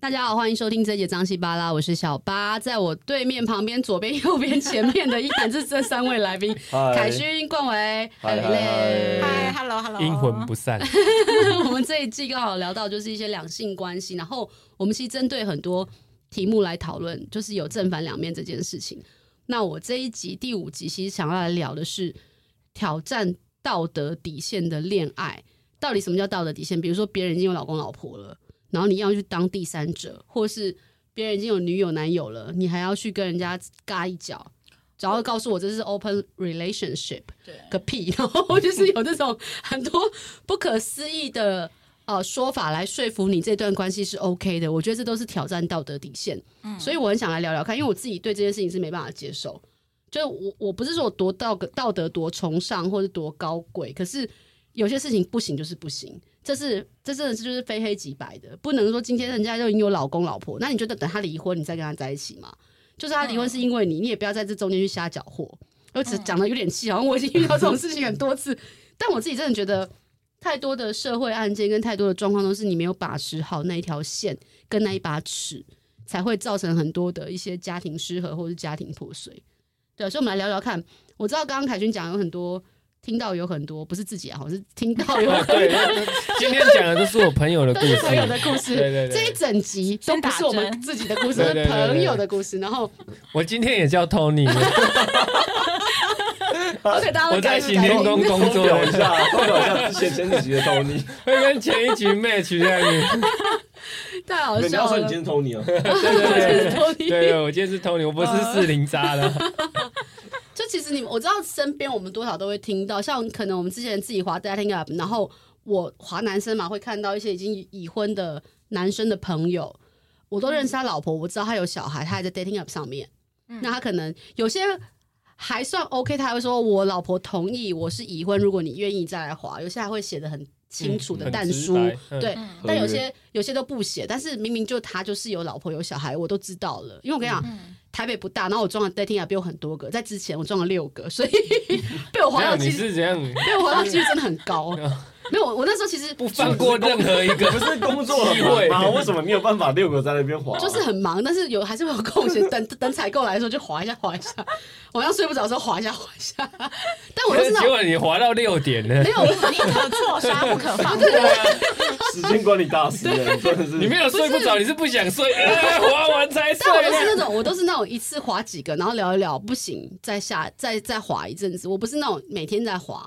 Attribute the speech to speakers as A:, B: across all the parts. A: 大家好，欢迎收听这一节张西巴拉，我是小八，在我对面、旁边、左边、右边、前面的依然是这三位来宾：
B: 嗨
A: 凯勋、冠维、还
B: 嗨
A: 有
B: 嗨
A: 嘞。
B: 嗨
C: 嗨，Hello Hello，
D: 阴魂不散，
A: 我们这一季刚好聊到就是一些两性关系，然后我们其实针对很多题目来讨论，就是有正反两面这件事情。那我这一集第五集其实想要来聊的是挑战道德底线的恋爱，到底什么叫道德底线？比如说别人已经有老公老婆了，然后你要去当第三者，或是别人已经有女友男友了，你还要去跟人家嘎一脚。然后告诉我这是 open relationship，
C: 对
A: 个屁！然后就是有这种 很多不可思议的呃说法来说服你这段关系是 OK 的，我觉得这都是挑战道德底线。所以我很想来聊聊看，因为我自己对这件事情是没办法接受。就是我我不是说我多道个道德多崇尚或者多高贵，可是有些事情不行就是不行，这是这真的是就是非黑即白的，不能说今天人家就已经有老公老婆，那你觉得等他离婚你再跟他在一起吗？就是他离婚是因为你，你也不要在这中间去瞎搅和。我只讲的有点气，好像我已经遇到这种事情很多次，但我自己真的觉得太多的社会案件跟太多的状况都是你没有把持好那一条线跟那一把尺，才会造成很多的一些家庭失和或是家庭破碎。对啊，所以我们来聊聊看。我知道刚刚凯勋讲有很多，听到有很多，不是自己啊，我是听到有 很多
D: 啊对，今天讲的都是我朋友的
A: 都
D: 故
A: 是
D: 事，
A: 朋友的故
D: 哦对
A: 事。
D: 对
A: 这一
D: 对，
A: 整集都不是我
C: 先打
A: 们
C: 针
A: 自己的故事，
D: 对
A: 是
D: 对对对
A: 朋友的故事。然后
D: 我今天也叫 Tony，
A: ，OK，大家会
D: 我在
A: 感谢
D: 行天宫工
B: 通
D: 作
B: 表一
D: 的，
B: 下，通表一下之前前几集的 Tony。
D: 会跟前一集 match 在一起。
A: 太好
B: 没有你
A: 笑
B: 要说你
A: 了
B: 今。天 Tony 啊？
D: 对对对对
A: 托尼
D: 对，对我今天是 Tony，我不是
A: 呃
D: 四零渣的。
A: 就其实你们，我知道身边我们多少都会听到，像可能我们之前自己滑啊 dating app，然后我滑男生嘛，会看到一些已经已婚的男生的朋友，我都认识他老婆，我知道他有小孩，他还在 dating app 上面。那他可能有些还算 OK，他还会说我老婆同意我是已婚，如果你愿意再来滑。有些还会写的很清楚的
D: 嗯
A: 淡
D: 很直
A: 书，
D: 白嗯
A: 对。
C: 嗯
A: 但有
B: 合约
A: 些有些都不写，但是明明就他就是有老婆有小孩，我都知道了。因为我跟你讲，
C: 嗯
A: 台北不大，然后我装了 dating app 有很多个，在之前我装了六个， 所以被 我滑
D: 没有，
A: 到
D: 你
A: 几率，
D: 是怎样
A: 被我滑到几 率真的很高。没有，我我那时候其实不
D: 放过任何一个？
B: 不是工作很
D: 机会
B: 忙吗？为什么你有办法六个在那边滑？
A: 就是很忙，但是有还是会有空闲。等等采购来的时候就滑一下 滑一下，晚上睡不着的时候滑一下滑一 下。但 我就知道
D: 结果你滑到六点了
A: 没，有，我
C: 你可错杀不可 放过，
B: 时间管理大师，啊真的是
D: 你没有睡不着，你是不想睡，哎 滑完才睡
A: 但我都是
D: 啊。
A: 那种，我都是那种一次滑几个，然后聊一聊，不行再下再再滑一阵子。我不是那种每天在滑，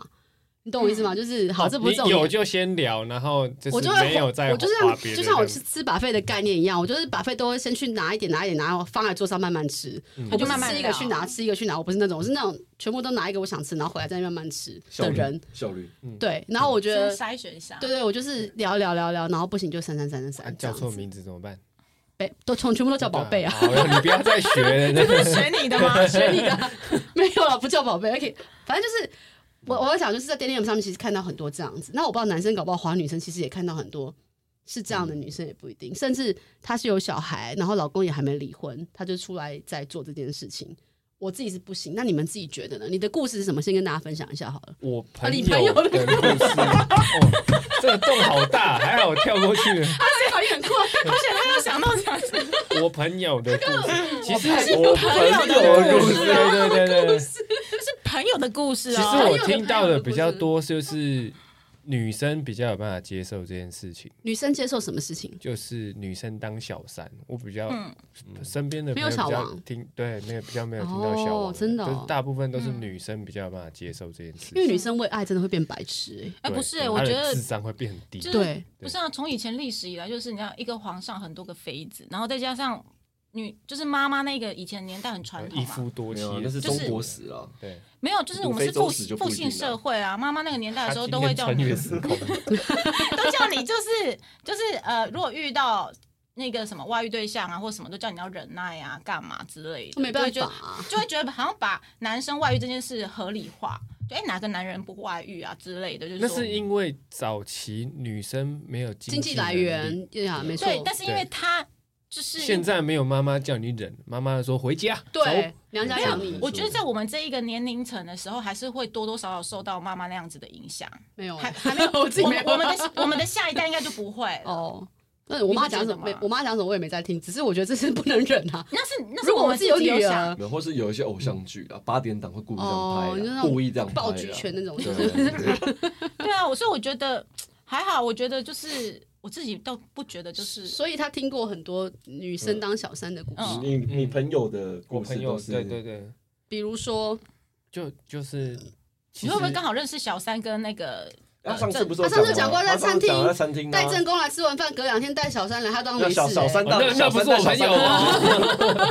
A: 你懂我意思吗？就是好，这不是
D: 嗯你
A: 重点
D: 有就先聊，然后就
A: 我
D: 是
A: 就会
D: 没有再
A: 我就
D: 滑
A: 像
D: 别的
A: 就像我
D: 这
A: 吃
D: 样
A: 吃把费的概念一样，我就是把费都会先去拿一点拿一点，拿，后放在桌上慢慢吃。我
D: 嗯
C: 我
A: 不
C: 就
A: 是
C: 慢慢
A: 吃一个
C: 聊
A: 去拿，吃一个去拿，我不是那种，我是那种全部都拿一个我想吃，然后回来再慢慢吃
B: 效
A: 的
B: 率
A: 人。
B: 效率。
A: 对，然后我觉
C: 先
A: 得，
C: 筛选一下。
A: 对对，我就是聊聊聊聊，然后不行就删删删删
D: 啊
A: 删，这
D: 叫
A: 样
D: 错
A: 子。
D: 名字怎么办？
A: 被都从全部都叫宝贝啊，
D: 对！好你不要再学 了，真的
C: 是学你的吗？学
A: 你的 没有了，不叫宝贝。而且反正就是我我要讲，就是在 dating app 上面其实看到很多这样子。那我不知道男生搞不好滑女生，其实也看到很多是这样的女生也不一定，甚至她是有小孩，然后老公也还没离婚，她就出来在做这件事情。我自己是不行，那你们自己觉得呢？你的故事是什么？先跟大家分享一下好了。
D: 我
A: 啊
D: 朋
A: 你朋友
D: 友
A: 的
D: 的故事，哦这个洞好大，还好我跳过去了。
A: 这反应很快，
C: 而且他又想到这样子，
D: 我朋友的故事，其实
B: 我朋友的故事，
D: 对对对对。
C: 是朋友的故事
D: 其
C: 哦。
D: 实我听到的比较多，就是女生比较有办法接受这件事情，
A: 女生接受什么事情？
D: 就是女生当小三。我比较
C: 嗯
D: 身边的朋友
A: 没
D: 比
A: 有小
D: 较
A: 王
D: 听，对，没有比较没有听到小
A: 哦
D: 王，
A: 真的哦
D: 就是大部分都是女生比较有办法接受这件事
A: 因为
D: 情。
A: 女生为爱真的会变白痴、欸，
C: 嗯哎，
D: 对
C: 不是
D: 她，的
C: 我觉得
D: 智商会变很低，
C: 就是
A: 对，
C: 不是啊，从以前历史以来，就是你知道一个皇上很多个妃子，然后再加上女，就是妈妈那个以前年代很传统
D: 呃一
C: 嘛，
D: 夫多
B: 没
D: 妻
B: 有，，那是
C: 就
B: 中
C: 是
B: 国史啊。
D: 对，
C: 没有，就是我们是
B: 非洲
C: 父
B: 史就不
C: 父
B: 一定
C: 性
B: 了
C: 社会啊，妈妈那个年代的
D: 他
C: 时候
D: 今
C: 都会
D: 天
C: 叫
D: 穿
C: 你
D: 越，时空，
C: 都叫你就是 就是呃，如果遇到那个什么外遇对象啊，或什么，都叫你要忍耐啊，干嘛之类的，
A: 没办
C: 就会觉
A: 法
C: 得
A: 啊、
C: 就会觉得好像把男生外遇这件事合理化，就哎、哪个男人不外遇啊之类的，就是
D: 那
C: 说
D: 是因为早期女生没有
A: 经
D: 经
A: 济
D: 济
A: 来
D: 能力
A: 源，对呀，没错。
C: 对，但是因为
D: 对
C: 他就是
D: 现在没有妈妈叫你忍，妈妈说回家。
A: 对娘家
B: 没有
A: 养你
C: 我觉得在我们这一个年龄层的时候，还是会多多少少受到妈妈那样子的影响。
A: 没有欸，
C: 还还没有，
A: 我自己
C: 我
A: 没有
C: 们我们的我们的下一代应该就不会了。
A: 哦，但是我妈讲什
C: 你
A: 么
C: 不觉得吗，
A: 我妈讲什么我也没在听，只是我觉得这是不能忍啊。
C: 那是那是
A: 如果
C: 我
A: 我
C: 们
A: 自
C: 自
A: 己
C: 己
A: 有啊女
C: 想
A: 儿，
B: 然后是有一些偶像剧啊，八点档会故意这
A: 哦就
B: 样
A: 那
B: 拍啊，
A: 种
B: 故意这样拍啊
A: 暴菊拳那种， 就是
B: 对，
C: 对啊，我所以我觉得还好，我觉得就是我自己倒不觉得就是
A: 所以她听过很多女生当小三的故事，
C: 嗯
B: 你你朋友的
D: 我
B: 故事
D: 朋
B: 都
D: 友
B: 是
D: 对对对，
A: 比如说
D: 就就是其
C: 你
D: 实
C: 会不会刚好认识小三跟那个
B: 啊，上次不是有
A: 他上次
B: 讲
A: 讲
B: 吗
A: 过在
B: 他上
A: 餐
B: 次
A: 厅
B: 讲在餐厅啊
A: 带正宫来吃完饭，隔两天带小三来，她当没
B: 那
A: 事、
B: 小小
A: 欸
B: 三
D: 哦那
B: 带
D: 那
B: 小
D: 不
B: 三
D: 是我
B: 带小
D: 朋友
B: 三
D: 啊，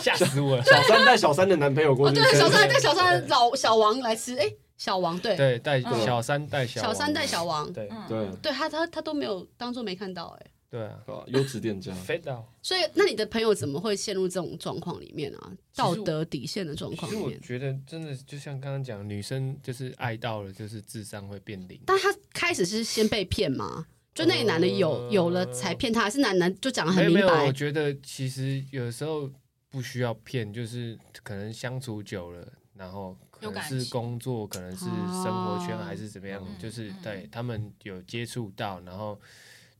D: 吓死我了。
B: 小三带小三的男朋友过
A: 哦，
B: 去，
A: 对，小三带小三老小王来吃，哎、小王对，
D: 对，带
C: 嗯
D: 小三带小
A: 小三
D: 王
A: 带小王，
D: 对
C: 嗯
B: 对
A: 对他他他都没有当做没看到、哎，
D: 对啊
B: 对吧优质店家，
D: ，fade out。
A: 所以那你的朋友怎么会陷入这种状况里面啊？
D: 其实我
A: 道德底线的状
D: 其
A: 况
D: 实
A: 里
D: 我
A: 面，
D: 觉得真的就像刚刚讲，女生就是爱到了，就是智商会变零。
A: 但他开始是先被骗嘛？就那个男的有、
D: 呃
A: 有了才骗他，还是男男就讲得
D: 没
A: 啊很
D: 有
A: 明
D: 没有，
A: 白
D: 我？觉得其实有时候不需要骗，就是可能相处久了，然后可
C: 有
D: 能
C: 感
D: 是
C: 情
D: 工作，可能是生活圈
A: 哦
D: 还是怎么样，
B: 嗯
D: 就是
C: 嗯
D: 对他们有接触到，然后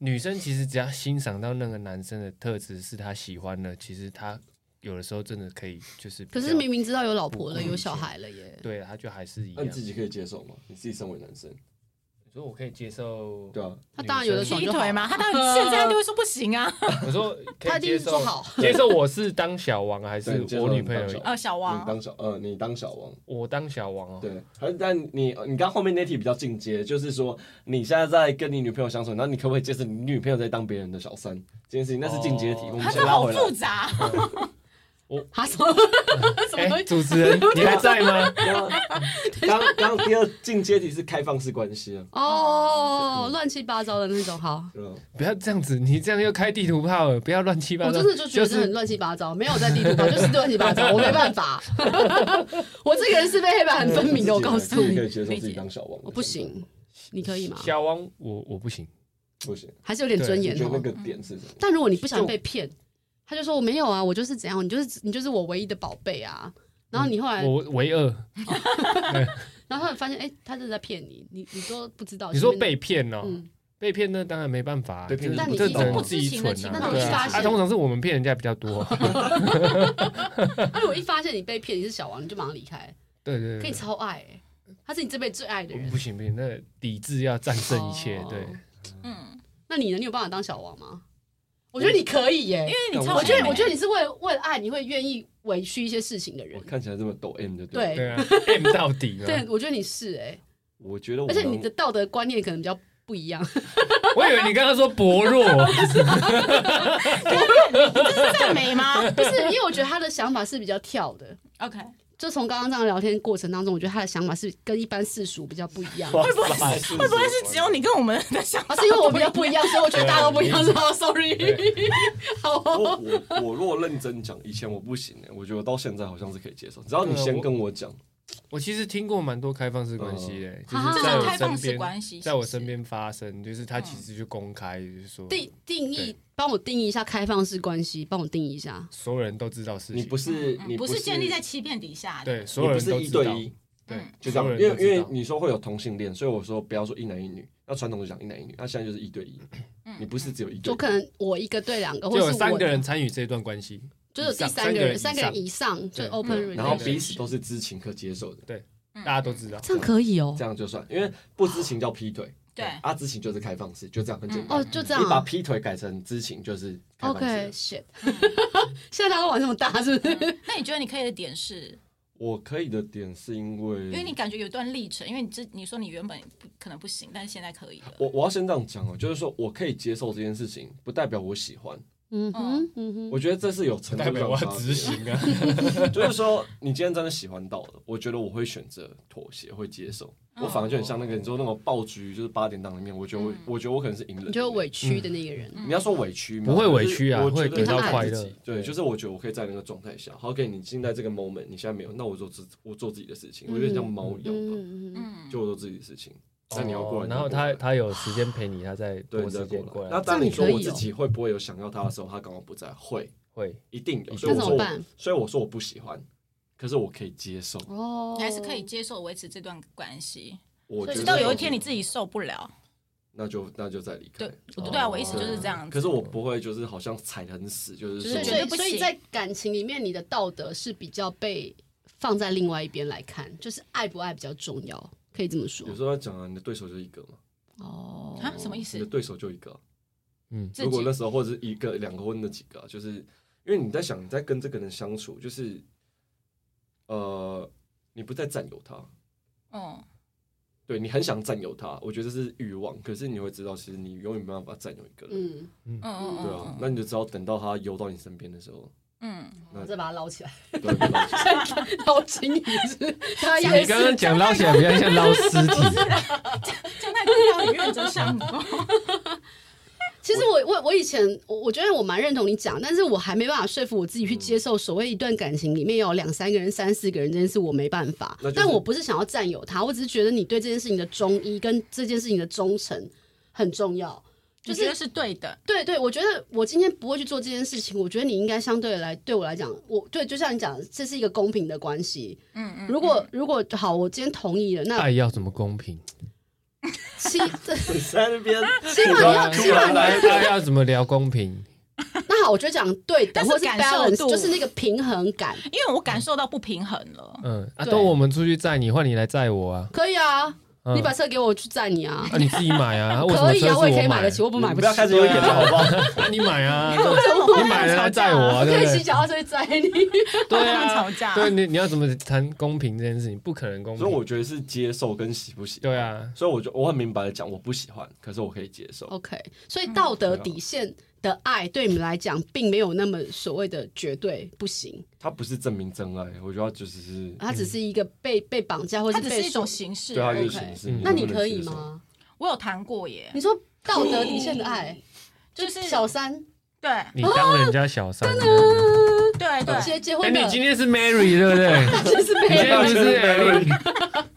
D: 女生其实只要欣赏到那个男生的特质是她喜欢的，其实她有的时候真的可以就是比
A: 可
D: 较，
A: 是明明知道有老婆了，
D: 不顾一
A: 有小
D: 切
A: 孩了耶，
D: 对，她就还是一
B: 那
D: 样
B: 你。自己可以接受吗？你自己身为男生，
D: 你说我可以接受，
B: 对啊，
A: 他当然有的
D: 女生
A: 爽
C: 劈
A: 就好
C: 腿嘛？他当然现在就会说不行啊。
D: 我说可
A: 他
D: 以
A: 一
D: 接
A: 定是
D: 受
A: 说好，
D: 接受我是当小王还是
B: 对接受
D: 我女
B: 你
D: 朋友
B: 当小？王
C: 呃，小
B: 你
C: 王，
B: 当小呃，你当小王，
D: 我当小王哦。
B: 对，而但你你刚后面那题比较进阶，就是说你现在在跟你女朋友相处，然后你可不可以接受你女朋友在当别人的小三这件事情？那是进阶题，
D: 哦
B: 我们
C: 他啊这
B: 先拉
C: 好
B: 回来。
C: 复杂。
A: 他什 么什么啊
D: 哎、
A: 东西？
D: 主 持人，你还在吗？
B: 刚刚刚第二进阶题是开放式关系啊，
D: 嗯
A: 哦，乱七八糟的那种，好。
B: 对吧
D: 不要这样子，你这样又开地图炮了，不要乱七八
A: 我
D: 糟。
A: 真的就觉得很乱七八糟，没有在地图 炮，就是乱七八糟，我没办法。 我这个人是非黑白很分明的，我告诉
D: 嗯
B: 自己可
A: 你，
B: 以接受自己当小王，
A: 我不行，，你可以吗？
D: 小王，我我不行，
B: 不行。
A: 还是有点尊
B: 你
A: 严
B: 觉得那
A: 哦。
B: 个点是什么？
A: 但如果你不想被骗，他就说我没有啊，我就是怎样，你就是你就是我唯一的宝贝啊。然后你后来，
D: 嗯我唯二。
A: 然后后来发现，哎，他是在骗你，你你都不知道。
D: 你说
A: 前面
D: 被骗哦、
A: 嗯，
D: 被骗那当然没办法、啊，
B: 被骗
D: 这
A: 但你
D: 这
A: 已经
D: 只能
A: 不
D: 自己
C: 知情的
D: 蠢
C: 情
A: 况
D: 啊。
A: 下
D: 对
A: 你
D: 啊
A: 发，现
D: 啊，通常是我们骗人家比 较多。
A: 那啊如果一发现你被骗，你是小王，你就马上离开，
D: 对对对，
A: 可以超爱，哎他是你这辈子最爱的
D: 我
A: 人
D: 不。行不行，那个理智要战胜一切。
A: 哦
D: 对，
C: 嗯，
A: 那你呢？你有办法当小王吗？我觉得你可以耶，
C: 因为你超
A: 我觉得，
B: 我
A: 我觉得你是为了为了爱，你会愿意委屈一些事情的人
B: 我。看起来这么抖 M 就了
A: 嗯对
D: 对啊，M 到底嘛。
A: 对，我觉得你是哎、
B: 我觉得我
A: 而
B: 能，
A: 且你的道德观念可能比较不一样。
D: 我以为你刚刚说薄弱，
C: 这是赞美吗
A: 不是，因为我觉得他的想法是比较跳的。
C: ？OK，
A: 就从刚刚这样聊天过程当中，我觉得他的想法是跟一般世俗比较不一样。
B: 会不会是
C: 会不会是只有你跟我们的想法
A: 啊，？是因为我比较不一样，所以我觉得大家都不一样，是吧？Sorry，好哦、
B: 我我我若认真讲，以前我不行哎、我觉得我到现在好像是可以接受，只要
D: 啊
B: 你先跟我讲，
D: 我其实听过蛮多开放式关
B: 嗯
D: 系的、
A: 啊
D: 就是
C: 这
D: 在
C: 是
D: 我
C: 开放
D: 身
C: 式
D: 边，
C: 关系，
D: 在我
C: 是嗯
D: 身
C: 不是。
D: 边发生，就是他其实就公开，就是说
A: 定定义
D: 对，
A: 帮我定义一下开放式关系，帮我定义一下。
D: 所有人都知道事
B: 你
D: 情，
B: 不是
C: 嗯
B: 你
C: 不
B: 是
C: 是建立在欺骗底下的，
D: 对，所
B: 你不
D: 有人
B: 是
D: 都
B: 一
D: 知道
B: 对，一，
D: 对
C: 嗯，
B: 就这样
D: 所有，人
B: 因
D: 都
B: 为
D: 知
B: 因为
D: 道
B: 你说会有同性恋，所以我说不要说一男一女，那传统就讲一男一女，那现在就是一对一，你不是只有一对
A: 就
B: 一，
A: 可能我一个对两个，或
D: 就有
A: 者是
D: 三
A: 我
D: 个人参与这段关系，
A: 就是有第
D: 以上
A: 三个人，三个人
D: 以上
A: 以上就
D: 对
A: open
C: 嗯
A: relationship，
B: 然后彼此都是知情可接受的，
C: 嗯
D: 大家都知道。
A: 这样可以哦
B: 这。样就算，因为不知情叫劈腿，
C: 对
B: 啊，知情就是开放式，就这样很简单。
A: 哦，就这样
B: 你把
A: 啊。
B: 劈腿改成知情就是开放式了
A: OK，shit、现在大家都玩这么大，是不是？
C: 嗯那你觉得你可以的点是，
B: 我可以的点是因为，
C: 因为你感觉有一段历程，因为你之你说你原本不可能不行，但是现在可以了。
B: 我我要先这样讲哦，就是说我可以接受这件事情，不代表我喜欢。
A: 嗯哼，嗯哼。
B: 我觉得这是有程度
D: 代
B: 上
D: 表我
B: 的
D: 要
B: 差
D: 执
B: 别，
D: 行啊！
B: 就是说你今天真的喜欢到了，我觉得我会选择妥协，会接受。
A: 嗯
B: 我反而就很像那个你说那种爆菊，就是八点档里面，我觉得我
C: 嗯
B: 我觉得我可能是赢了。
A: 你就委屈的那个人，
B: 你要说委屈吗，
D: 不会委屈啊
B: 就是我觉
D: 会
A: 得到
B: 我
D: 快乐
B: 自己对，就是我觉得我可以在那个状态下，OK，你现在这个 moment，你现在没有，那我做自我做自己的事情，我有点像猫一样吧，
A: 嗯嗯，
C: 嗯，
B: 就我做自己的事情。那你要过来，
D: 哦然后
B: 你要过来
D: 他他有时间陪你，他再
B: 对，
D: 拨
B: 你再
D: 时间
B: 过
D: 过
B: 来。
D: 来。
B: 那当你说
A: 这样
B: 我
A: 你可以
B: 自
A: 哦
B: 己会不会有想要他的时候，他刚好不在，会
D: 会
B: 一定有。所以
A: 那怎
B: 我说
A: 么
B: 我，
A: 办？
B: 所以我说我不喜欢，可是我可以接受。
A: 哦，
C: 你还是可以接受维持这段关系，
B: 我觉
A: 所以
B: 得
C: 直到有一天你自己受不了，
B: 那就那就再离开
C: 对。，对啊，我意
B: 哦
C: 思就是这样
B: 可
C: 子。
B: 是我不会，就是好像踩得很死，就是
C: 就
A: 所
B: 说
A: 以
C: 是
A: 所
C: 觉
A: 以
C: 得不
A: 所以
C: 行
A: 在感情里面，你的道德是比较被放在另外一边来看，就是爱不爱比较重要，可以这么说
B: 有。时候要讲啊，你的对手就一个嘛，
A: 哦，
C: 啊，什么意
B: 你的
C: 思？
B: 对手就一个啊、
D: 嗯，
C: 自
B: 如果
C: 己
B: 那时候或者是一个、两个或那几个啊，就是因为你在想，你在跟这个人相处，就是呃，你不再占有他，
C: 嗯，
B: 对你很想占有他，我觉得这是欲望，可是你会知道，其实你永远没办法占有一个人，
A: 嗯，
C: 嗯嗯
B: 对啊
C: 嗯，
B: 那你就只好等到他游到你身边的时 候，
C: 嗯，
B: 那
A: 我再把它捞起来，
B: 对对对对
A: 捞金鱼是不是它也
D: 你
A: 是
D: 刚刚讲捞起 来比较像捞尸体，
C: 这样太重要，你认真想过。
A: 其实我我我以前我我觉得我蛮认同你讲，但是我还没办法说服我自己去接受所谓一段感情里面有两三个人、三四个人这件事，我没办法。
B: 那就是
A: 但我不是想要占有他，我只是觉得你对这件事情的忠一跟这件事情的忠诚很重要。
C: 就
A: 就是
C: 是是对的，
A: 对对，我觉得我今天不会去做这件事情，我觉得你应该相对来对我来讲，我对就像你讲，这是一个公平的关系。
C: 嗯嗯。
A: 如果如果好，我今天同意了，那
D: 爱要怎么公平？
A: 起
B: 你在那边，
A: 起码你要起
D: 对
A: 码
D: 啊
A: 你要
D: 爱要怎么聊公平？
A: 那好，我就讲对的，
C: 但是
A: 或者是
C: 感受
A: balance，
C: 度
A: 就是那个平衡感。
C: 因为我感受到不平衡了，
D: 嗯，啊，
A: 对
D: 都我们出去载你，换你来载我啊，
A: 可以啊，
D: 嗯
A: 你把车给我我去载你啊，
D: 啊，你自己买 啊，为什么
A: 可以
D: 车
A: 啊，
D: 是
A: 我也可以
D: 买
A: 买得起，， 我不买
B: 你不
A: 起
B: 要。开始有眼了，好不 好？
D: 啊， 你买啊，对你买了来载我啊，
A: 我
D: 对
A: 可
D: 不
A: 以骑
D: 对？
A: 脚踏车去载你，
D: 对
C: 我不能
D: 啊
C: 吵，架
D: 对你你要怎么谈公平这件事情？不可能公
B: 所以
D: 平，
B: 我觉得是接受跟喜不喜欢。
D: 对啊，
B: 所以我就我很明白的讲，我不喜欢，可是我可以接受。
A: OK，所
C: 嗯
A: 以道
D: 啊
A: 德底线的爱对你们来讲，并没有那么所谓的绝对不行，
B: 它不是证明真爱，我觉得它只是
A: 它
D: 嗯
A: 只是一个被被绑架或
C: 它
A: 者
C: 只是
A: 被
C: 一
A: 说。
C: 种形式
B: 对它啊
C: 而
B: 就是
C: 已。
A: OK
B: 形式。
D: 嗯
A: 那你
B: 不能
A: 可以
B: 接受？
A: 吗？
C: 我有谈过耶，
A: 你说道德底线的爱，
C: 嗯就是
A: 小三，
C: 对
A: 啊
D: 你当人家小三，
C: 对对，
A: 结结
D: 哎，
A: 婚
D: 你
A: 的，
D: 今天是 Mary 对不 对？
A: 就是
D: 你
A: 没
D: 今天
A: 有
D: 不是 Mary。来，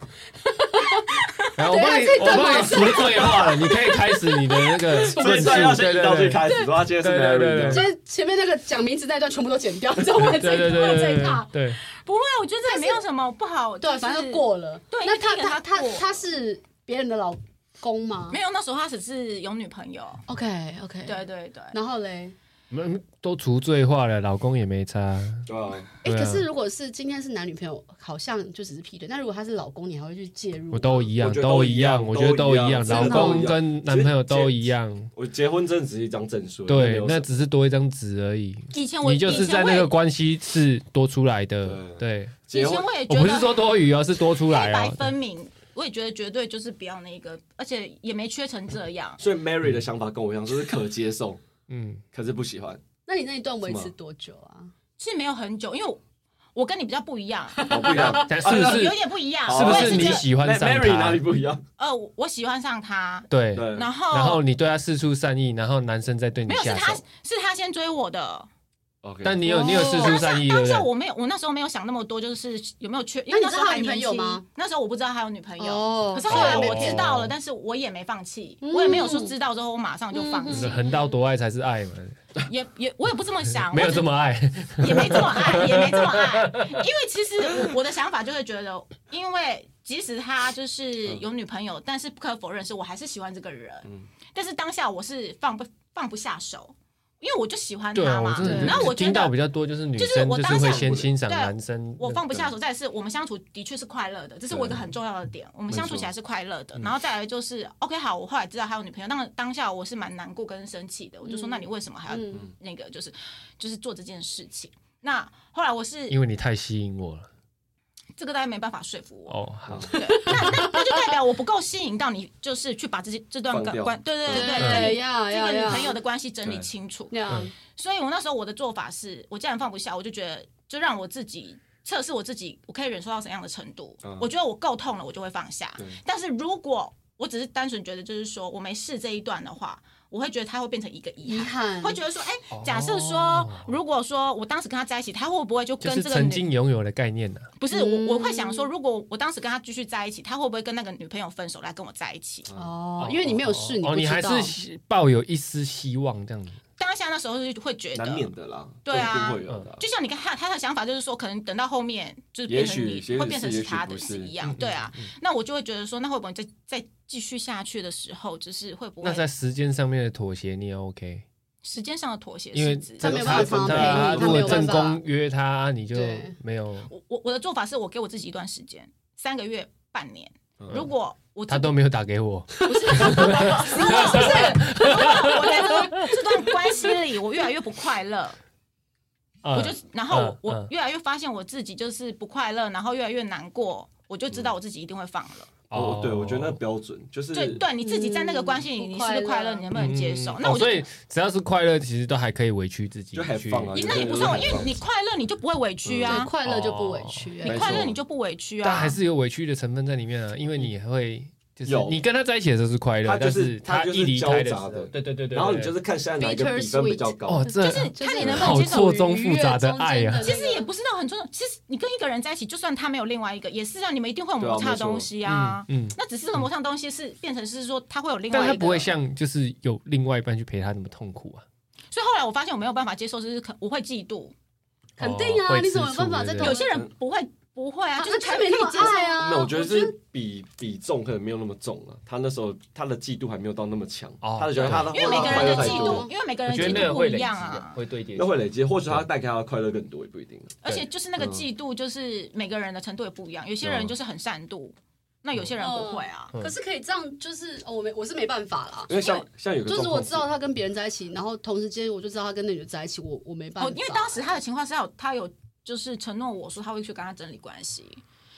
D: 哎我帮你，我
A: 啊
D: 帮你赎罪化了，你可以开始你的那 个
B: 所以
D: 论述
B: 算要，先
D: 对
B: 引到最
D: 对对。
B: 开始，说他今天是
D: 对对
B: Mary
D: 对
B: 这样
A: 今天前面那个讲名字那一段全部都剪掉，之后我们这
D: 对
A: 一
D: 对对
A: 段这
D: 对
A: 一趴。
D: 对，
C: 不会，我觉得这也没有什么不好。就
A: 对，啊
C: 是
A: 反正就过了。
C: 对
A: 那
C: 一定给
A: 他他
C: 他
A: 他
C: 过
A: 他是别人的老公吗？
C: 没有，那时候他只是有女朋友。
A: OK OK，
C: 对。对对，
A: 然后嘞，
D: 我们嗯都除罪化了，老公也没差。
B: 对啊，
A: 哎，
D: 对啊
A: 可是如果是今天是男女朋友，好像就只是劈腿。那如果他是老公，你还会去介入吗？
D: 我都一样
B: 我，觉得
D: 都
B: 都
D: 一
B: 一
D: 样，
B: 样
D: 我觉得都
B: 都一
D: 一
B: 样
D: 样，
A: 真
D: 老
A: 的
D: 公
B: 哦
D: 跟男朋友都一样。
B: 我结婚证只是一张证书，没
D: 对
B: 有，
D: 那
B: 什么
D: 只是多一张纸而已。
C: 以前我
D: 你就是在那个关系是多出来的，对。
C: 以
B: 结
C: 前
B: 婚
C: 我也
D: 我
C: 觉
D: 不是
C: 得
D: 说多余哦，是多出
C: 黑
D: 来
C: 白
D: 哦。
C: 分明，我也觉得绝对就是不要那个，而且也没缺成这样。
B: 所以 Mary 的想法跟我一样，就是可接受，
D: 嗯，
B: 可是不喜欢。
A: 那你那一段维
B: 什
A: 持
B: 么
A: 多久啊？
C: 是没有很久，因为我我跟你比较不一样，
B: 我不一样，
D: 但哦是不
C: 啊有
D: 是
C: 有点不一样，
B: 好
D: 是不
C: 我也
D: 是
C: 是
D: 你
C: 这个
D: 喜欢上
B: Mary 哪
D: 他
B: 里？不一样？
C: 呃，我我喜欢上他，
D: 对
B: 对，
C: 然后
D: 嗯然后你对他四处善意，然后男生再对你
C: 没有是
D: 下
C: 他
D: 手。
C: 是他先追我的，
B: OK，
D: 但你有
C: 哦
D: 你有四处善意，对
C: 当
D: 不
C: 下
D: 对？
C: 我没有，我那时候没有想那么多，就是有没有缺，因
A: 那
C: 为
A: 你
C: 那
A: 知
C: 时
A: 道
C: 候
A: 他
C: 还
A: 有女
C: 年
A: 朋友
C: 轻
A: 吗，
C: 那时候我不知道他有女朋友。
A: 哦
C: 可是后来我
D: 哦
C: 知道了，但是我也没放弃，
A: 嗯
C: 我也没有说知道之后我马上就放
D: 就是
C: 弃，
D: 横刀夺爱才是爱嘛，
C: 也也嗯我也不这么想，
D: 没有
C: 我
D: 这么爱。
C: 也没这么爱，也没这么爱，因为其实我我的想法就是觉得，因为即使他就是有女朋友，但是不可否认是我还是喜欢这个人，
B: 嗯
C: 但是当下我是放不放不下手，因为我就喜欢
D: 对
C: 他
D: 啊， 我
C: 嘛
D: 真的，
C: 然后我觉
D: 听到
C: 得
D: 比较多就是女
C: 就是
D: 生
C: 我
D: 就是
C: 当下
D: 会先欣赏
C: 对
D: 男生，
C: 我放不下手，再来是我们相处的确是快乐的，这是我一个很重要的点，我们相处起来是快乐的，然后再来就是 OK 好，我后来知道他有女朋友，当当下我是蛮难过跟生气的，我就说
A: 嗯
C: 那你为什么还要
A: 嗯，
C: 那个就是就是做这件事情？那后来我是
D: 因为你太吸引我了。
C: 这个大家没办法说服我，
D: 哦，好，
C: 对，那那那就代表我不够吸引到你，就是去把这些这段
B: 放
C: 感
B: 掉
C: 关，对对对对，
D: 嗯
C: 跟
A: 对
C: 你
A: 呀
C: 这
A: 呀
C: 个女
A: 呀，
C: 朋友的关系整理清楚。
A: 呀，
C: 所以我那时候我的做法是，我既然放不下，我就觉得就让我自己。测试我自己，我可以忍受到怎样的程度？
B: 嗯
C: 我觉得我够痛了，我就会放下
B: 对。
C: 但是如果我只是单纯觉得，就是说我没试这一段的话，我会觉得它会变成一个遗
A: 遗
C: 憾，
A: 憾
C: 会觉得说，哎、
D: 哦
C: 假设说，如果说我当时跟他在一起，他会不会就
D: 就
C: 跟
D: 是
C: 这个
D: 曾
C: 女
D: 经拥有的概念啊呢。
C: 不是我，我会
A: 嗯
C: 想说，如果我当时跟他继续在一起，他会不会跟那个女朋友分手来跟我在一起？
A: 哦，因为你没有试，
D: 哦，
A: 不
D: 你
A: 知
D: 还
A: 道
D: 是希抱有一丝希望这样子。
C: 当下那时候是会觉得
B: 难，免的啦，
C: 对啊
B: 都一定会有的啊。
D: 嗯
C: 就像你看他他的想法就是说，可能等到后面就是变成
B: 也
C: 你
B: 许
C: 会变成
B: 也许是
C: 他的
B: 也许不是嗯
C: 一样，对啊。那我就会觉得说，那会不会再再继续下去的时候，就是会不
D: 那在
C: 会
D: 时间上面的妥协你也 OK，
C: 时间上的妥协
D: 因为
C: 是指？
D: 这
A: 没
D: 个
A: 有办法
D: 他
A: 陪你
D: 他
A: 他
D: 如
A: 没
D: 果
A: 有办
D: 正
A: 法
D: 宫约他，你就
A: 对
D: 没有，
C: 我我我的做法是我给我自己一段时间，三个月、半年。
B: 嗯
C: 如果我
D: 他
C: 这
D: 都没有打给我，
C: 不是，如果不是，如果我在这段这段关系里，我越来越不快乐，我
D: 我
C: 就然后
D: 嗯
C: 我
D: 嗯
C: 越来越发现我自己就是不快乐，然后越来越难过，我就
D: 嗯
C: 知道我自己一定会放了。
B: 哦，对，我觉得那标准就是
C: 对对，你自己在那个关系里，
A: 嗯
C: 你是不是
A: 不
C: 快
A: 快
C: 乐？
A: 乐
C: 你能不能接受？那
D: 哦
C: 我就
D: 所。以只要是快乐，其实都还可以委屈自己
B: 就很
D: 去，
B: 放啊
C: 你那也不
D: 嗯
C: 算委，因为你快乐，你就不会委屈
A: 对，
C: 啊。
A: 快乐就不委屈、
B: 没
C: 你
A: 哎
B: 错
C: 快乐，你就不委屈
D: 但
C: 啊
D: 还。是有委屈的成分在里面啊，因为你会就是
B: 有
D: 你跟他在一起的时候是快乐，
B: 他就
D: 但
B: 是
D: 是
B: 他就是
D: 一离开时
B: 交杂
D: 候，
B: 的
D: 对对对对，
B: 然后你
D: 对
B: 就是看现在哪一个比分比较高
D: 哦，，
C: 就
D: 这
C: 是看你能不能
D: 好
C: 接受
D: 错综复杂的爱呀，
C: 其实也不是那种很重要。其实你跟一个人在一起，就算他没有另外一个，也是让你们一定会有摩擦的东西啊。
D: 嗯，
C: 那只是这个摩擦的东西是变成是说他会有另外一
D: 但
C: 个，
D: 他不会像就是有另外一半去陪他那么痛苦啊，
C: 所以后来我发现我没有办法接受，就是可我会嫉妒。
A: 肯定啊
D: 哦会
A: 你怎么
D: 吃醋
A: 有办法在
D: 对不对
A: 同
C: 有些人不会不会啊，
A: 啊
C: 就是
A: 他
C: 他
A: 没
C: 可以
A: 那么
C: 接受。
A: 爱啊。
B: 那我觉得是比比重可能没有那么重了、他那时候他的嫉妒还没有到那么强，
D: 哦
B: 他就觉得他的
C: 因为每个人
B: 快乐
C: 的
B: 太
C: 嫉
B: 多
C: 妒，，因为每个
D: 我
C: 人
D: 觉
C: 的
D: 得
C: 嫉妒
D: 那个
C: 呃不
D: 会
C: 一
D: 累积
C: 样
D: 的
C: 啊，。
D: 会堆叠
B: 那会累积，或许他带给他的快乐更多也不一定啊。
C: 而且就是那个
B: 嗯
C: 嫉妒，就是每个人的程度也不一样，有些
D: 嗯
C: 人就是很善妒，那有些人不会啊。
D: 嗯
A: 可是可以这样，就是、哦、我没我是没办法啦。
B: 因为像像有个
A: 就是
B: 状
A: 我
B: 况
A: 知道他跟别人在一起，然后同时间我就知道他跟那女的在一起，我我没办法。
C: 哦，因为当时他的情况是他有他有就是承诺我说他会去跟他整理关系，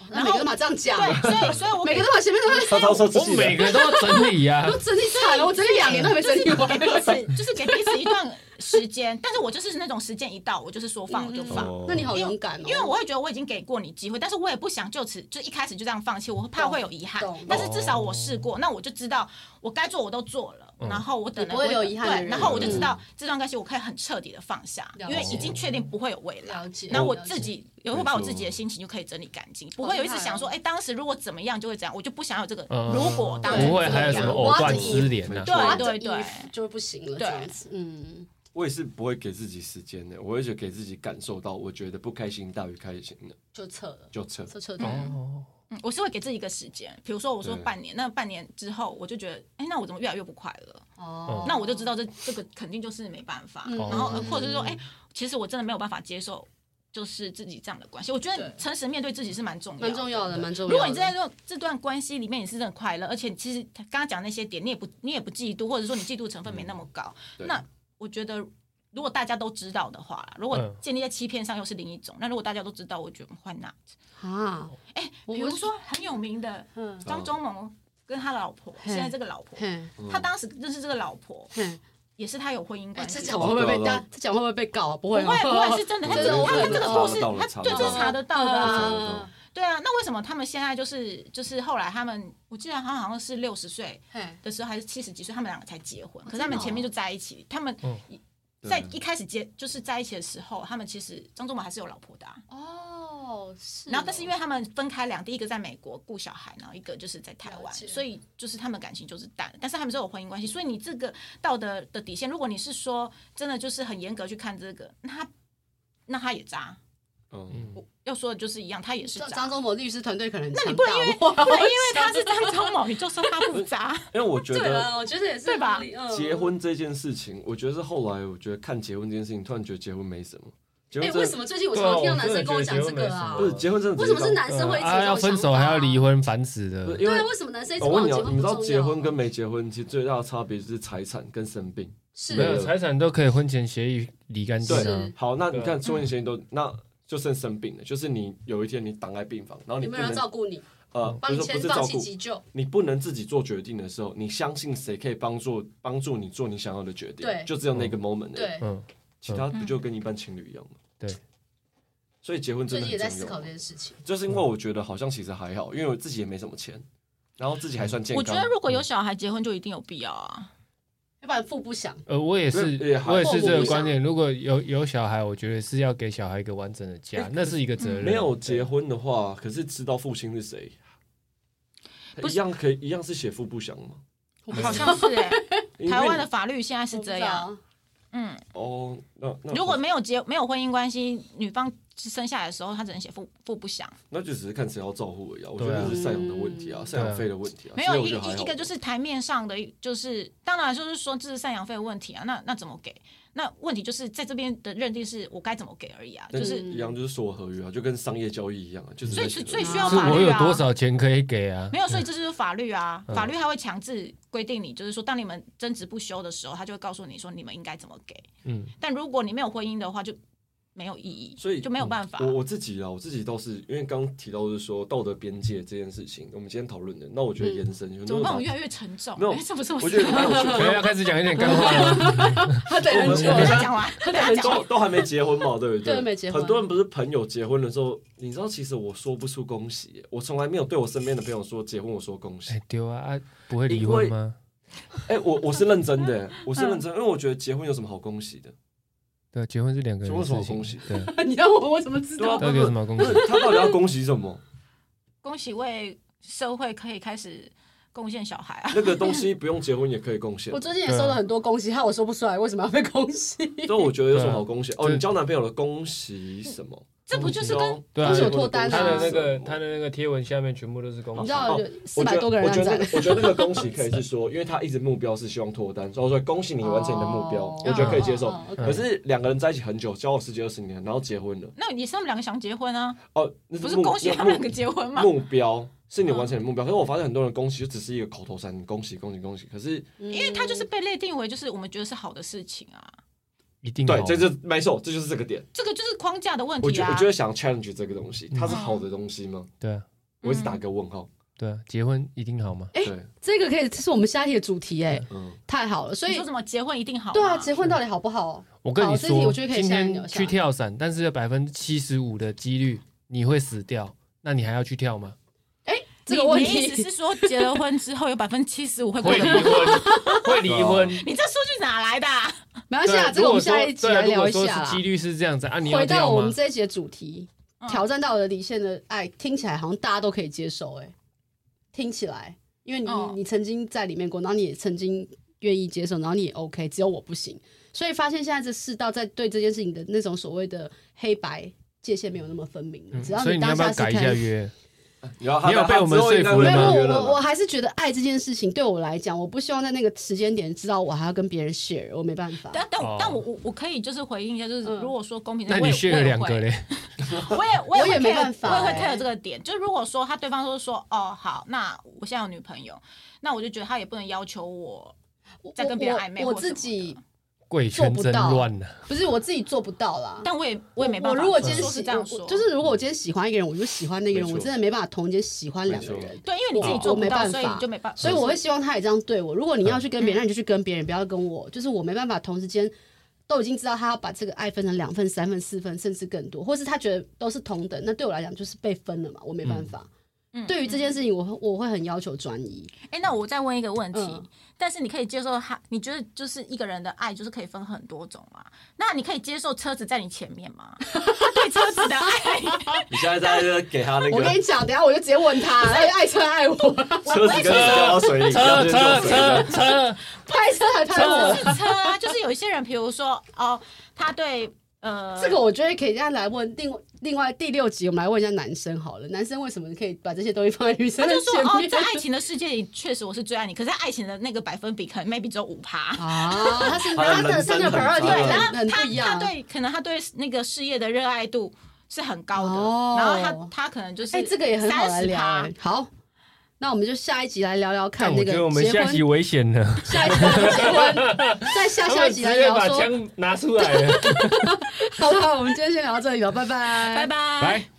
A: 哦那每个都把这样讲，
C: 对，所以所以我
A: 每
C: 给
A: 个都把前面都在
B: 他超说自
D: 我
B: 己
D: 每个都要整理啊 呀
A: 都，整理惨了，我整理两年都还没整理完。
C: 彼此就是给彼此一段时间，但是我就是那种时间一到，我就是说放我就放。
B: 哦
A: 那你好勇敢哦！
C: 因为我会觉得我已经给过你机会，但是我也不想就此就一开始就这样放弃，我会怕
A: 懂
C: 会有遗憾
A: 懂。
C: 但是至少我试过，那我就知道我该做我都做了，
D: 嗯
C: 然后我等了
A: 你不会
C: 我
A: 有
C: 等
A: 遗憾的
C: 对，
A: 人
C: 然后我就知道这段关系我可以很彻底的放下，
A: 了
C: 因
A: 解
C: 为已经确定不会有未来
A: 了。解
C: 然后我
A: 了解
C: 自己有时候把我自己的心情就可以整理干净，不会有一直想说，
A: 好哦
C: 哎，当时如果怎么样就会怎样，我就不想有这个。
D: 嗯
C: 如果当时
D: 不会
C: 怎
D: 还
C: 么
D: 有什么
C: 样，
D: 藕断丝连啊呢？
C: 对
A: 哇
C: 对
A: 这
C: 对
A: 衣服就不行了，这
C: 对
A: 样子，嗯，
B: 我也是不会给自己时间的，我会觉得给自己感受到，我觉得不开心大于开心的
A: 就撤了，
B: 就撤。
A: 撤撤掉。
D: 哦，
C: 嗯我是会给自己一个时间，比如说我说
B: 对
C: 半年，那半年之后我就觉得，哎，那我怎么越来越不快乐？
A: 哦，
C: 那我就知道这这个肯定就是没办法。
A: 嗯
C: 然后
D: 哦
C: 或者是说，哎、其实我真的没有办法接受，就是自己这样的关系。我觉得
A: 对
C: 诚实面对自己是蛮重要的，
A: 蛮重要的，蛮重要的。
C: 如果你在这段这段关系里面，你是真的快乐，而且其实他刚刚讲那些点，你也不你也不嫉妒，或者说你嫉妒成分没那么高，
B: 对
C: 那我觉得如果大家都知道的话，如果
D: 嗯
C: 建立在欺骗上又是另一种，那如果大家都知道，我觉得 why not？
A: 啊，
C: 哎，
A: 我
C: 比如说很有名的
A: 嗯，
C: 张忠谋跟他老婆，
A: 嘿
C: 现在这个老婆，
A: 嘿，
C: 他当时认识这个老婆，
A: 嘿，
C: 也是他有婚姻
A: 哎，
C: 关系
A: 这
C: 的。
A: 讲会不会被
B: 懂
A: 大
B: 懂？
A: 这讲会不会被告啊？不
C: 不
A: 会
C: 会
A: 啊，
C: 不会是真的，他
A: 真
C: 这
A: 的
C: 个
A: 我
C: 他
A: 可
C: 跟这个
A: 能
C: 故事，
B: 查得到了查
C: 他对
B: 得到
C: 这是查得到的啊。
A: 啊
C: 对啊，那为什么他们现在就是就是后来他们，我记得他好像是六十岁
A: 嘿，
C: 的时候还是七十几岁，他们两个才结婚，可是他
A: 真
C: 们
A: 的哦
C: 前面就在一起，他们
D: 嗯
C: 一在
B: 对啊
C: 一开始结就是在一起的时候，他们其实张忠谋还是有老婆的啊。
A: 哦，是哦。
C: 然后，但是因为他们分开两地，一个在美国顾小孩，然后一个就是在台
A: 了
C: 湾，
A: 解
C: 所以就是他们感情就是淡，但是他们是有婚姻关系，所以你这个道德的底线，如果你是说真的就是很严格去看这个，那他那他也渣，
B: 嗯，
C: 要说的就是一样，他也是渣
A: 张。 张忠谋律师团队可能那
C: 你不能因为不 能因为他是张忠谋，你就说他不渣。
B: 因为我觉
A: 对
B: 得
A: 啊，我觉得也是
C: 对吧
A: 合理？嗯
B: 结，婚这件事情，我觉得是后来我觉得看结婚这件事情，突然觉得结婚没什么。结
A: 哎
B: 婚，
A: 为
B: 真
A: 什
B: 的啊
A: 么最近我常常听到男生跟我讲这个啊
B: 不？是结婚真的
A: 为
B: 只
A: 什
B: 是
A: 么
B: 一
A: 是
B: 张
A: 男生会一直有
D: 啊
A: 这
D: 要
A: 种
D: 分手
A: 想
D: 还
A: 法
D: 要离？婚繁殖
B: 不是
D: 的，
B: 因为
A: 对，为什么男生一直
B: 我问
A: 问
B: 你哦，你知道结婚跟
A: 没
B: 没结婚其实最大的差别就是财产跟生病。
A: 是
D: 没有财产都可以婚前协议离干净啊
A: 是。
B: 好，那你
D: 对
B: 看中年前都那就剩生病了，就是你有一天你躺在病房，然后你
A: 有
B: 不
A: 没有人要照
B: 能
A: 顾你，
B: 呃，不
A: 帮你
B: 是说不
A: 签
B: 是
A: 放
B: 照
A: 弃
B: 顾，
A: 急救？
B: 你不能自己做决定的时候，你相信谁可以帮助帮助你做你想要的决定？
A: 对
B: 就只有那个 moment 而已。
A: 对，
D: 嗯，
B: 其他不就跟一般情侣一样吗？
D: 对。
B: 所以结婚真
A: 最
B: 的
A: 近也在
B: 很重
A: 思
B: 要
A: 考
B: 吗
A: 这，件事情。
B: 就是因为我觉得好像其实还好，因为我自己也没什么钱，然后自己还算健
C: 我
B: 康。
C: 觉得如果有小孩结婚，就一定有必要啊。
A: 要不然腹不想，
D: 呃，我也是
B: 也，还
D: 我也是这个观念。如果有有小孩，我觉得是要给小孩一个完整的家
B: 哎，
D: 那是一个责任。
B: 没有结婚的话，可是知道父亲是谁，
C: 不是
B: 一样可以一样是写父不详吗？
A: 我不
C: 好像是哎，
B: 因为
C: 台湾的法律现在是这样，
A: 我不知道，
C: 嗯，
B: 哦，那那
C: 如果没有结没有婚姻关系，女方生下来的时候，她只能写父父不详。
B: 那就只是看谁要照顾而已啊。我觉
D: 对啊
B: 得就是赡养的问题啊，赡养费的问题啊。
C: 嗯没
B: 其
C: 有
B: 实我
C: 一
B: 觉得还
C: 一
B: 好
C: 一个就是台面上的，就是当然就是说这是赡养费的问题啊，那那怎么给？那问题就是在这边的认定是我该怎么给而已啊，
B: 但
C: 就是
B: 一样就是所有合约啊，就跟商业交易一样啊，就是
C: 所以
B: 在
C: 所以
B: 选
C: 所以
B: 择
C: 需要
D: 是
C: 法
D: 我
C: 律
D: 有
C: 啊，
D: 多少钱可以给啊？
C: 没有，所以这就是法律啊，嗯法律还会强制规定你，就是说当你们争执不休的时候，他就会告诉你说你们应该怎么给。
D: 嗯，
C: 但如果你没有婚姻的话，就没有意义，
B: 所以
C: 就没有办法。
B: 我我自己啊，我自己倒是因为刚提到就是说道德边界这件事情，我们今天讨论的，那我觉得
A: 嗯
B: 延伸就是
C: 怎么
B: 那
C: 办？我
B: 我
C: 越来越沉重。
B: 没有
C: 哎这不是我
B: 我觉得蛮有趣
D: 嗯可
B: 的
D: 能要开始讲一点干话 啊了吗。
A: 他等很久
B: 我
C: 等
B: 们
C: 一下
A: 了，
C: 讲完，
A: 他
C: 等
A: 等
C: 一下
A: 很
C: 讲
A: 久
C: 完。
B: 都都还没结婚嘛，对不 对？
A: 对没结婚
B: 很多人不是朋友结婚的时候，你知道，其实我说不出恭喜耶，我从来没有对我身边的朋友说结婚我说恭喜
D: 哎。，丢啊啊！不会离婚吗？
B: 哎、我我是认真的耶，我是认真，因为我觉得结婚有什么好恭喜的？
A: 嗯
D: 对，啊结婚是两个人的
B: 结婚
D: 事
B: 有什么
D: 情
B: 好恭喜。
D: 对，啊
A: 你要我我怎么知
B: 对啊
A: 道？
D: 到底有什么好恭
B: 不
D: 喜
B: 是？他到底要恭喜什么？
C: 恭喜为社会可以开始贡献小孩啊！
B: 那个东西不用结婚也可以贡献
A: 我。最近也收了很多恭喜，害我说不出来为什么要被恭喜。
B: 所以我觉得有什么好恭喜？哦，
D: 对啊
B: 你交男朋友了，恭喜什么？
C: 这不就是跟
D: 对啊
A: 他是有脱单
D: 他的那
B: 什
D: 个
B: 么
D: 他的那个贴文下面全部都是恭
A: 你知
D: 喜。
A: 道
B: 哦
A: 有
B: 我觉
A: 400
B: 得
A: 多个人
B: 我觉
A: 按赞
B: 得那个，我觉得那个恭喜可以是说，因为他一直目标是希望脱单，所以我说恭喜你完成你的目标，
A: 哦
B: 我觉得可以接受。
C: 嗯
A: 哦哦哦
D: ，OK
B: 可是两个人在一起很久，交往十几二十年，然后结婚了，
C: 那也是他们两个想结婚啊，
B: 哦，那
C: 不是
B: 目
C: 恭喜他们两个结婚吗？
B: 目目标是你完成你的目标，可是我发现很多人恭喜就只是一个口头禅，恭喜恭喜恭喜。可是
A: 因
C: 因为他就是被列定为就是我们觉得是好的事情啊，
D: 一定
B: 对
D: 好，
B: 这就是没错，这就是这个点。
C: 这个就是框架的问
B: 我
C: 题
B: 觉
C: 啊。嗯
B: 我觉得想 challenge 这个东西，它是好的东西吗？
D: 对啊
B: 我一直打个问号。
D: 对啊，结婚一定好吗？
A: 哎
B: 对，
A: 这个可以，这是我们下一题的主题哎，
B: 嗯，
A: 太好了。所
C: 你
A: 以
C: 说什么结婚一定好吗？
A: 对啊，结婚到底好不好？
D: 我跟
A: 好
D: 你
A: 这题
D: 说，
A: 我觉得可以
D: 今
A: 下来
D: 天
A: 聊下
D: 去
A: 来
D: 跳伞，但是有百分之七十五的几率你会死掉，那你还要去跳 吗？
A: 这个问
C: 你你的意思
A: 题
C: 是说结了婚之后有百分之七十五会过
D: 会离
C: 得不好？
D: 婚，会离婚。
C: 你这数据哪来的、啊？
A: 没关系啊，
D: 对，
A: 这个
D: 啊如
A: 我
D: 果
A: 们
D: 说
A: 下一集
D: 对啊
A: 来聊一
D: 如果
A: 下
D: 说
A: 啦
D: 是。几率是这样子啊，你要
A: 回到
D: 跳
A: 我们
D: 吗？
A: 这一集的主题，
C: 嗯
A: 挑战到我的底线的爱，听起来好像大家都可以接受哎、听起来，因为你、
C: 嗯
A: 你曾经在里面过，然后你也曾经愿意接受，然后你也 OK，只有我不行，所以发现现在这世道在对这件事情的那种所谓的黑白界限没有那么分明了，只要
D: 嗯所以你要
A: 当
D: 不要
A: 下是
D: 改一下啊
A: 看。
D: 约？
B: 然后他
D: 你有被我们说服
A: 没
D: 了
A: 有，
D: 吗
A: 我
B: 约
A: 我我
B: 了吗，
A: 还是觉得爱这件事情对我来讲，我不希望在那个时间点知道我还要跟别人 share，我没办法。
C: 但但
D: 哦
C: 但我我我可以就是回应一下，就是
A: 嗯
C: 如果说公平
D: 那
C: 的，
D: 你
C: 我也
D: 血
C: 我
D: 了
C: 也
D: 两
C: 会
D: 个嘞？
C: 我也我也
A: 我也
C: 会
A: 没
C: care-
A: 办法
C: 我也会
A: 欸
C: care 这个点。就如果说他对方说说哦好，那我现在有女朋友，那我就觉得他也不能要求我
A: 我
C: 在跟别人暧昧
A: 我我
C: 或什
A: 自
C: 么
A: 己
C: 的
D: 贵圈真乱啊呐、
A: 不是我自己做不到啦。
C: 但我也我也没办
A: 我
C: 法。
A: 如果今天
C: 说
A: 喜
C: 是这样
A: 我
C: 说，
A: 就是如果我今天喜欢一个人，我就喜欢那个人，
B: 没
A: 我
B: 错
A: 真的没办法同时喜欢两个
B: 没
A: 人。
C: 对，因为你自己
A: 我
C: 做
A: 我没
C: 不到，
A: 办
C: 所以
A: 法
C: 你就没办法。
A: 哦所以我会希望他也这样对我。如果你要去跟别人，
C: 嗯
A: 那你就去跟别人，不要跟我。就是我没办法同时间都已经知道他要把这个爱分成两份、三份、四份，甚至更多，或是他觉得都是同等，那对我来讲就是被分了嘛，我没办法。
C: 嗯
A: 对于这
C: 嗯
A: 件事情，我会我会很要求专一。
C: 哎、那我再问一个问题，
A: 嗯
C: 但是你可以接受他？你觉得就是一个人的爱就是可以分很多种嘛？那你可以接受车子在你前面 吗？他对车子的爱，
A: 哦
B: 你现在在给他那
A: 我跟你
B: 个
A: 讲，等一下我就直接问 他，他爱车爱我，
B: 车子跟掉到水里，然后就
D: 车
B: 掉
D: 车
B: 水了
D: 车车，
A: 拍车还拍
C: 不
A: 我。
C: 是车啊，就是有一些人，比如说哦，他对呃
A: 这个我觉得可以让来问另外另外第六集，我们来问一下男生好了。男生为什么可以把这些东西放在女生
C: 他
A: 的
C: 就说
A: 前
C: 哦，
A: 面？
C: 在爱情的世界里，确实我是最爱你，可是爱情的那个百分比可能 maybe 只有五趴。
A: 啊，他是
B: 他
A: 他
B: 的
A: 的
B: 人
A: 他
B: 生
A: 的
B: 很
A: priority
B: 对
A: 很
C: 然后
A: 很
C: 他
A: 不一样。啊
C: 他对可能他对那个事业的热爱度是很高的，
A: 哦
C: 然后他他可能就是
A: 哎，这个也很好来聊。
C: 30%
A: 哎好，那我们就下一集来聊聊看
D: 看
A: 那
D: 我觉
A: 个
D: 得我们
A: 结
D: 下
A: 婚，
D: 集危险了，
A: 下一集 结婚，再下
D: 他
A: 下
D: 们
A: 一
D: 直
A: 集来
D: 接
A: 聊
D: 把
A: 说，
D: 枪拿出来了，
A: 好不好？我们今天先聊到这里吧，拜拜，
C: 拜拜。
D: 来。